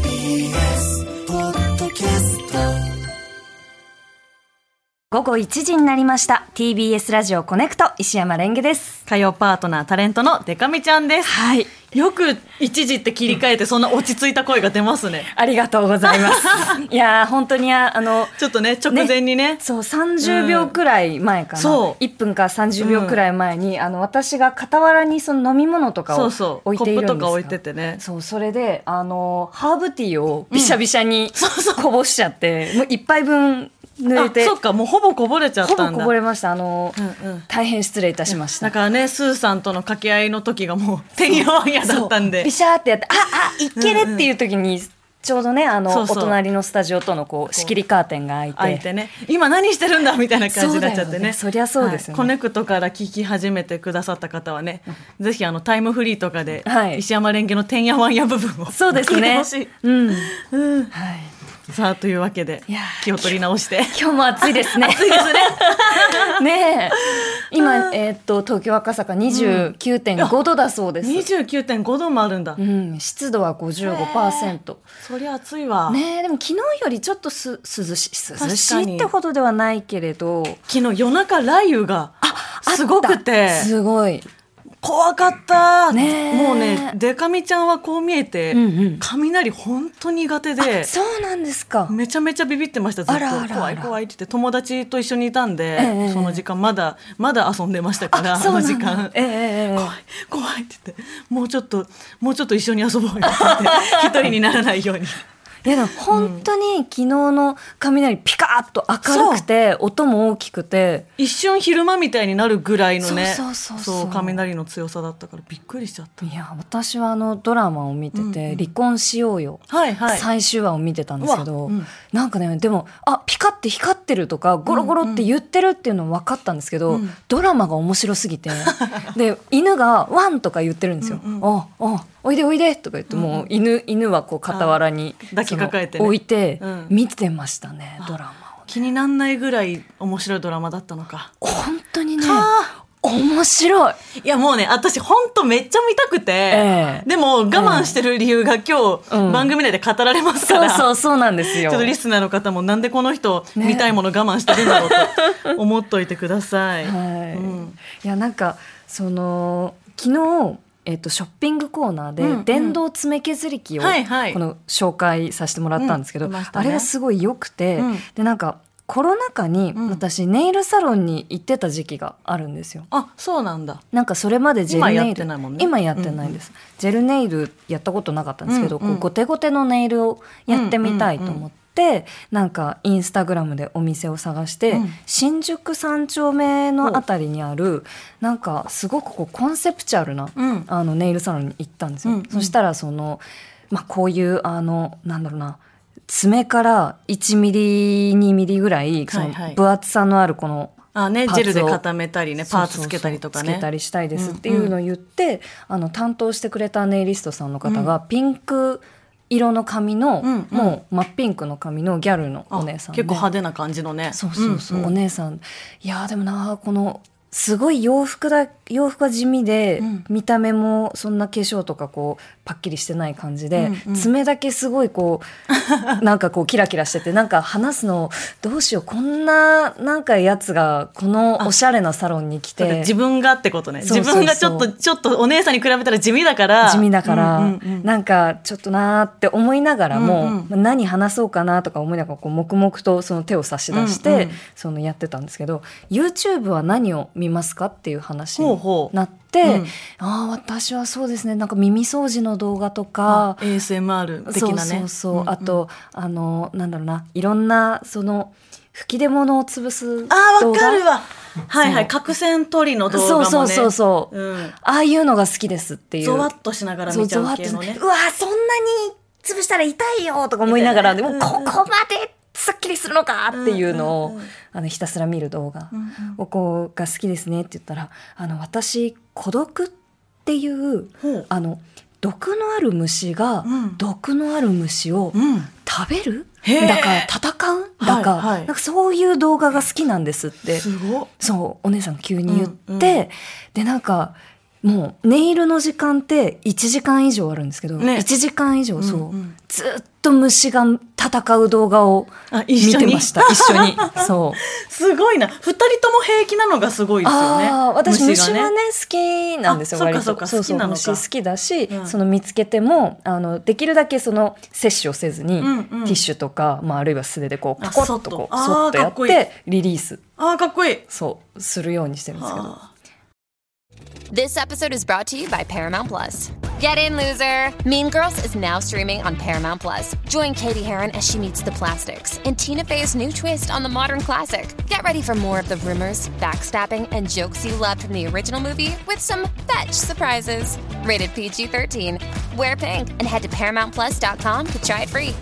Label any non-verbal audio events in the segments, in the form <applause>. TBS ポッドキャスト午後1時になりました TBS ラジオコネクト石山レンゲです火曜パートナータレントのデカミちゃんです。はいよく一時って切り替えてそんな落ち着いた声が出ますね。 <laughs> ありがとうございます <laughs> いやー本当にああのちょっとね直前にね。そう30秒くらい前かな、そう1分か30秒くらい前に、あの私が傍らにその飲み物とかそをうそう。置いコていッるんプですとがか置いててね。そうそれであのハーブティーをびしゃびしゃにこぼしちゃって、もう1杯分濡あれ、てそっかもうほぼこぼれちゃっほたぼんだ。こぼれましたあの、うんうん大変失礼いたしましただからねスーさんとの掛け合いの時がもう手にわんやだったんそうでビ。シャーってやって、あ、あ、いけねっていう時に、ちょうどね、あの、そうそうお隣のスタジオとのこう、仕切りカーテンが開いて。開いてね今何してるんだみたいな感じになっちゃっそうだてよねねそりゃそうですよねはいコネクトから聞き始めてくださった方はね、ぜひあのタイムフリーとかで、はい石山蓮華のてんやわんや部分をそうです聞いてねほしい。うん。はい。さあというわけでいやー気を取り直して今日も暑いですね。暑いですね。 <laughs> ねえ。今、えーっと、東京赤坂29.5度だそうです。 29.5度もあるんだ、うん、湿度は55%。そりゃ暑いわ、ねえ、でも昨日よりちょっとす涼しい。涼し確かいにってほどではないけれど、昨日夜中雷雨がすごくあてったすごい。怖かった、ねえもうねでかみちゃんはこう見えて、うんうん雷本当苦手あでそうなんですか。めちゃめちゃビビってましたずっとあらあらあら怖い怖いって言って友達と一緒にいたんで、ええその時間まだまだ遊んでましたからあ、そうなのんだ時間、ええええええ怖い怖いって言ってもうちょっともうちょっと一緒に遊ぼうよって言って <laughs> 一人にならないようにいやでも本当に昨日の雷ピカーッと明るくて音も大きくて一瞬昼間みたいになるぐらいのねそうそうそうそう雷の強さだったからびっくりしちゃったいや私はあのドラマを見てて「うん離婚しようよ」はいはい最終話を見てたんですけど、うわうんなんかねでも「あピカって光ってる」とか「ゴロゴロ」って言ってるっていうの分かったんですけど、うんドラマが面白すぎてで犬が「ワン」とか言ってるんですよ「うんうんおおおいでおいで」とか言って、もう犬犬はこう傍らに抱きかかえてねその置いてうん見てましたね、ドラマを。気になんないぐらい面白いドラマだったのか本当にねか面白いいやもうね私ほんとめっちゃ見たくて、ええでも我慢してる理由が今日、うん番組内で語られますかそうらそうそうなんですよちょっとリスナーの方もなんでこの人見たいもの我慢してるんだろうと思っといてください。はい、うんいやなんかその昨日えっと、ショッピングコーナーで、うんうん電動爪削り機を、はいはいこの紹介させてもらったんですけど、うん見ましたあねれがすごい良くて、うんでなんかコロナ禍にうん私ネイルサロンに行ってた時期があるんですよ。あそうなんだ。なんかそれまでジェルネイル今やってないもんね今やってないです、ジェルネイルやったことなかったんですけど、うんうんこうゴテゴテのネイルをやってみたいと思って、なんかインスタグラムでお店を探して、うん新宿三丁目のあたりにあるなんかすごくこうコンセプチュアルな、うんあのネイルサロンに行ったんですよ、うんうんそしたらその、まあ、こういうあのなんだろうな爪から1ミリ2ミリぐらいそはのいはい分厚さのあるこのあねパジーツをェルで固めたりねパーツつけたりとかそうそうそうね。つけたりしたいですっていうのを言って、あの担当してくれたネイリストさんの方が、ピンク色の髪の、うんうんもう真っピンクの髪のギャルのお姉さんで結構派手な感じのねそうそうそう、んんお姉さんいやーでもなーこのすごい洋服だ洋服が地味で、うん見た目もそんな化粧とかこうパッキリしてない感じで、うんうん爪だけすごいこ <laughs> うなんかこうキラキラしててなんか話すのどうしようこんななんかやつがこのおしゃれなサロンに来だからて自分がってことねそうそうそう自分がちょっとちょっとお姉さんに比べたら地味だから地味だから、うんうんうんなんかちょっとなーって思いながらも、うんうんまあ何話そうかなとか思いながらこう黙々とその手を差し出して、うんうんそのやってたんですけど YouTube は何を見ますかっていう話ほうにほうなって、うんああ私はそうですねなんか耳掃除の動画とあか。 ASMR 的そうなねそうそう、んんあとあのなんだろうないろんなその吹き出物を潰す動画あーわかるわはいはいそ角線取りの動画もそうそねうそうそう、うんああいうのが好きですっていうゾワッとしながらそう見ちゃゾワうッ系とのねうわそんなに潰したら痛いよとか思いながら、でもここまでスッキリするのかっていうのを、あのひたすら見る動画をこうが好きですねって言ったら、あの私孤独っていう、ほうあの毒のある虫が、うん毒のある虫をうん。食べる、へーだから戦うんだか、はいはないんかそういう動画が好きなんですって。すごっ。そう、お姉さん急に言って、うんうんで、なんか、もうネイルの時間って1時間以上あるんですけど、ね1時間以上そう、うんうんずっと虫が戦う動画をあ見一緒にてま <laughs> した、一緒に。そう。すごいな。二人とも平気なのがすごいですよね。ああ、私虫がはね、好きなんですよ、あ割と。そうかそうか好きなのか虫好きだし、うんその見つけても、あの、できるだけその摂取をせずに、うんうんティッシュとか、まあ、あるいは素手でこう、パコッとこう、あそっとそっとやあーかっこっいいて、リリース、ああ、かっこいい。そう、するようにしてるんですけど。あ This episode is brought to you by Paramount Plus. Get in, loser! Mean Girls is now streaming on Paramount Plus. Join Katie Heron as she meets the plastics and Tina Fey's new twist on the modern classic. Get ready for more of the rumors, backstabbing, and jokes you loved from the original movie with some fetch surprises. Rated PG 13. Wear pink and head to ParamountPlus.com to try it free.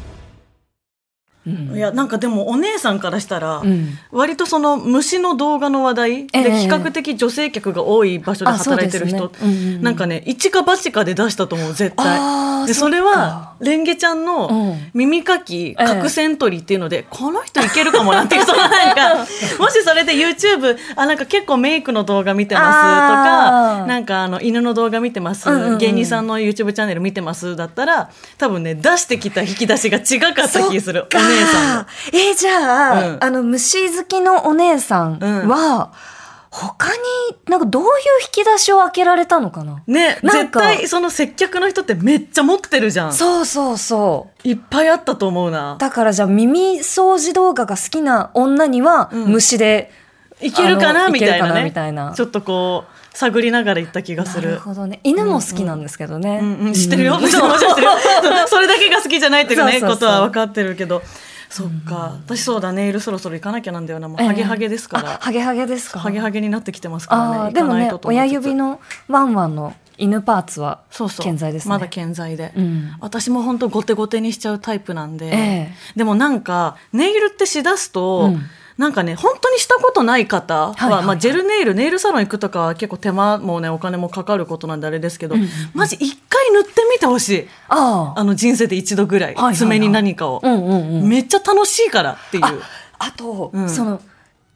ーいや、なんかでもお姉さんからしたら、ん割とその虫の動画の話題で、ええ比較的女性客が多い場所であそう働でいてするね人、うんうんうんなんかね、一か八かで出したと思う、絶あ対。ーで、それは、レンゲちゃんうのん耳かき、え角セントリーっていうので、この人いけるかもなっていう、そのなんか、 <laughs> もしそれで YouTube、あ、なんか結構メイクの動画見てますとあか、ーなんかあの、犬の動画見てます、うんうんうん芸人さんの YouTube チャンネル見てますだったら、多分ね、出してきた引き出しが違かった気する、お姉さんの。ん。えーじゃあ、うんあの、虫好きのお姉さんは、他に、なんかどういう引き出しを開けられたのかなね、なん絶か対その接客の人ってめっちゃ持ってるじゃん。そうそうそう。いっぱいあったと思うな。だからじゃあ耳掃除動画が好きな女には、うん虫で、いけるかあなのみたいけるなかねみたいなちょっとこう、探りながら行った気がすなる。るほどね。犬も好きなんですけどね。うんうん、知ってるよ。 <laughs> 知ってる知ってるそれだけが好きじゃないっていうね、そうそうそうことは分かってるけど。そっか。私そうだ、ネイルそろそろ行かなきゃなんだよな。もうハゲハゲですかあら。ハゲハゲですかハゲハゲになってきてますからね。ああ、行でかもないねと、と思い親つつ指のワンワンの犬パーツはそうそう健在ですね。まだ健在で、うん私も本当ゴテゴテにしちゃうタイプなんで、ええでもなんかネイルってしだすと、うんなんかね本当にしたことない方はは、いはいまあ、ジェルネイルネイルサロン行くとかは結構手間もねお金もかかることなんであれですけど、マジ一回塗ってみてほしいああ。あの人生で一度ぐらはいい、はいはい爪に何かを、うんうんうん。めっちゃ楽しいからっていうああと、うんその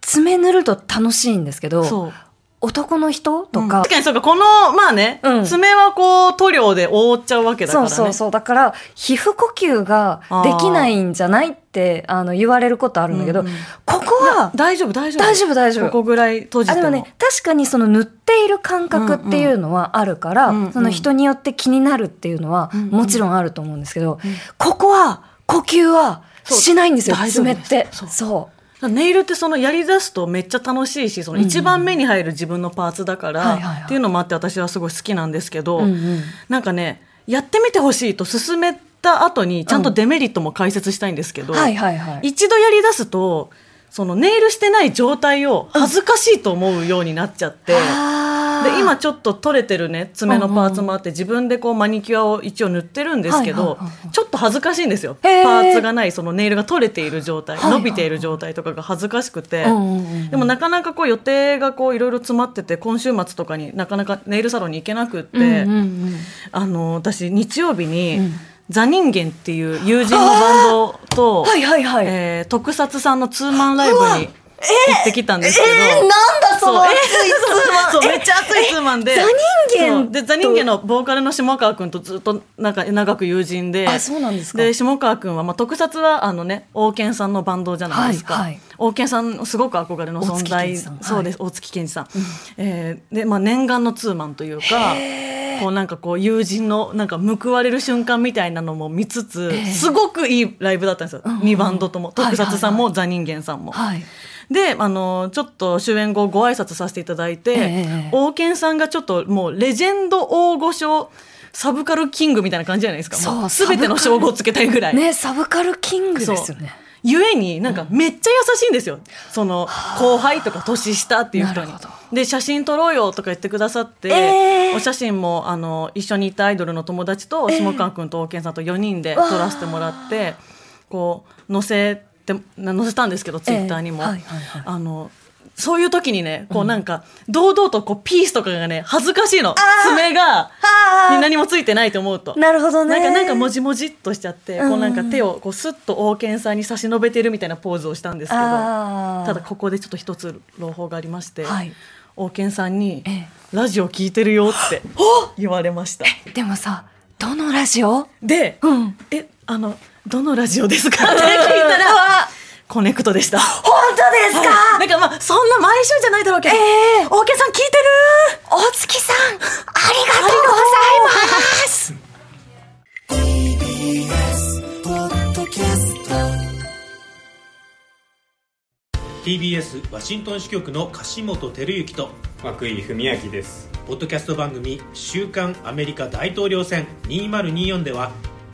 爪塗ると楽しいんですけそどう男の人とか、確かにそうかこのまあね、うん爪はこう塗料で覆っちゃうわけだかそうらねそうそうだから皮膚呼吸ができないんじゃないってあの言われることあるんだけど、うんうんここは大丈夫大丈夫大丈夫大丈夫ここぐらい閉じあてでももね確かにその塗っている感覚っていうのはあるから、うんうんその人によって気になるっていうのはんうんもちろんあると思うんですけど、ここは呼吸はしないんですよそう大丈夫爪っですてそうそうネイルってそのやりだすとめっちゃ楽しいしその一番目に入る自分のパーツだかはいはいはらいっていうのもあって私はすごい好きなんですけど、うんうんなんかねやってみてほしいと勧めた後にちゃんとデメリットも解説したいんですけど、はいはいはい一度やりだすとそのネイルしてない状態を恥ずかしいと思うようになっちゃって。あーで今ちょっと取れてるね爪のパーツもあって自分でこうマニキュアを一応塗ってるんですはいけはどいはいはちょっと恥ずかしいんですよパへーーツがないそのネイルが取れている状態いはいはい伸びている状態とかが恥ずかしくてうんうんうんでもなかなかこう予定がこういろいろ詰まってて今週末とかになかなかネイルサロンに行けなくって、うんうんうんあの私日曜日に、ザ人間っていう友人のバンドと、はいはいはいえー特撮さんのツーマンライブに行ってきたんですけど、えーなんだその熱いツーマンそうそうめっちゃ熱いツーマンでザ人間そうでザ人間のボーカルの下川君とずっとなんか長く友人であそうなんですかで下川君は、まあ、特撮はあのね王健さんのバンドじゃないですか、はいはい王健さんすごく憧れの存大在月健二さんはいそうです大月健二さん、えーで、まあ、念願のツーマンというかこうなんかこう友人のなんか報われる瞬間みたいなのも見つつ、すごくいいライブだったんですよ、んうん2バンドともはいはい特はい撮さんも、ザ人間さんも。はいであのちょっと終演後ご挨拶させていただいて、ええ王健さんがちょっともうレジェンド大御所サブカルキングみたいな感じじゃないですかそうもう全ての称号つけたいぐらい、ねサブカルキングそでうすよねゆえになんかめっちゃ優しいんですよその後輩とか年下っていう人になるほ。で写真撮ろうよとか言ってくださって、えーお写真もあの一緒にいたアイドルの友達と下川君と王健さんと4人で撮らせてもらってこう載せてな載せたんですけどツイッターにも。えーはいはいはいあのそういう時にね、こうなんか、堂々とこうピースとかがね、恥ずかしいの。爪が、に何もついてないと思うと。なるほどねなんか、なんかもじもじっとしちゃって、こうなんか手をこうスッと王権さんに差し伸べてるみたいなポーズをしたんですけど、あーただここでちょっと一つ朗報がありまして、はい王権さんにええ、ラジオ聞いてるよって言われました。でもさどのラジオで、うんえ、あの、どのラジオですかって聞いたら、コネクトでした。本当ですか、はいなんかまあそんな毎週じゃないだろうけど、ええ大家さん聞いてる大月さんありがとうございポッますドキャスト TBS ワシントン支局の樫本照之と涌井文明ですポッドキャスト番組「週刊アメリカ大統領選2024」では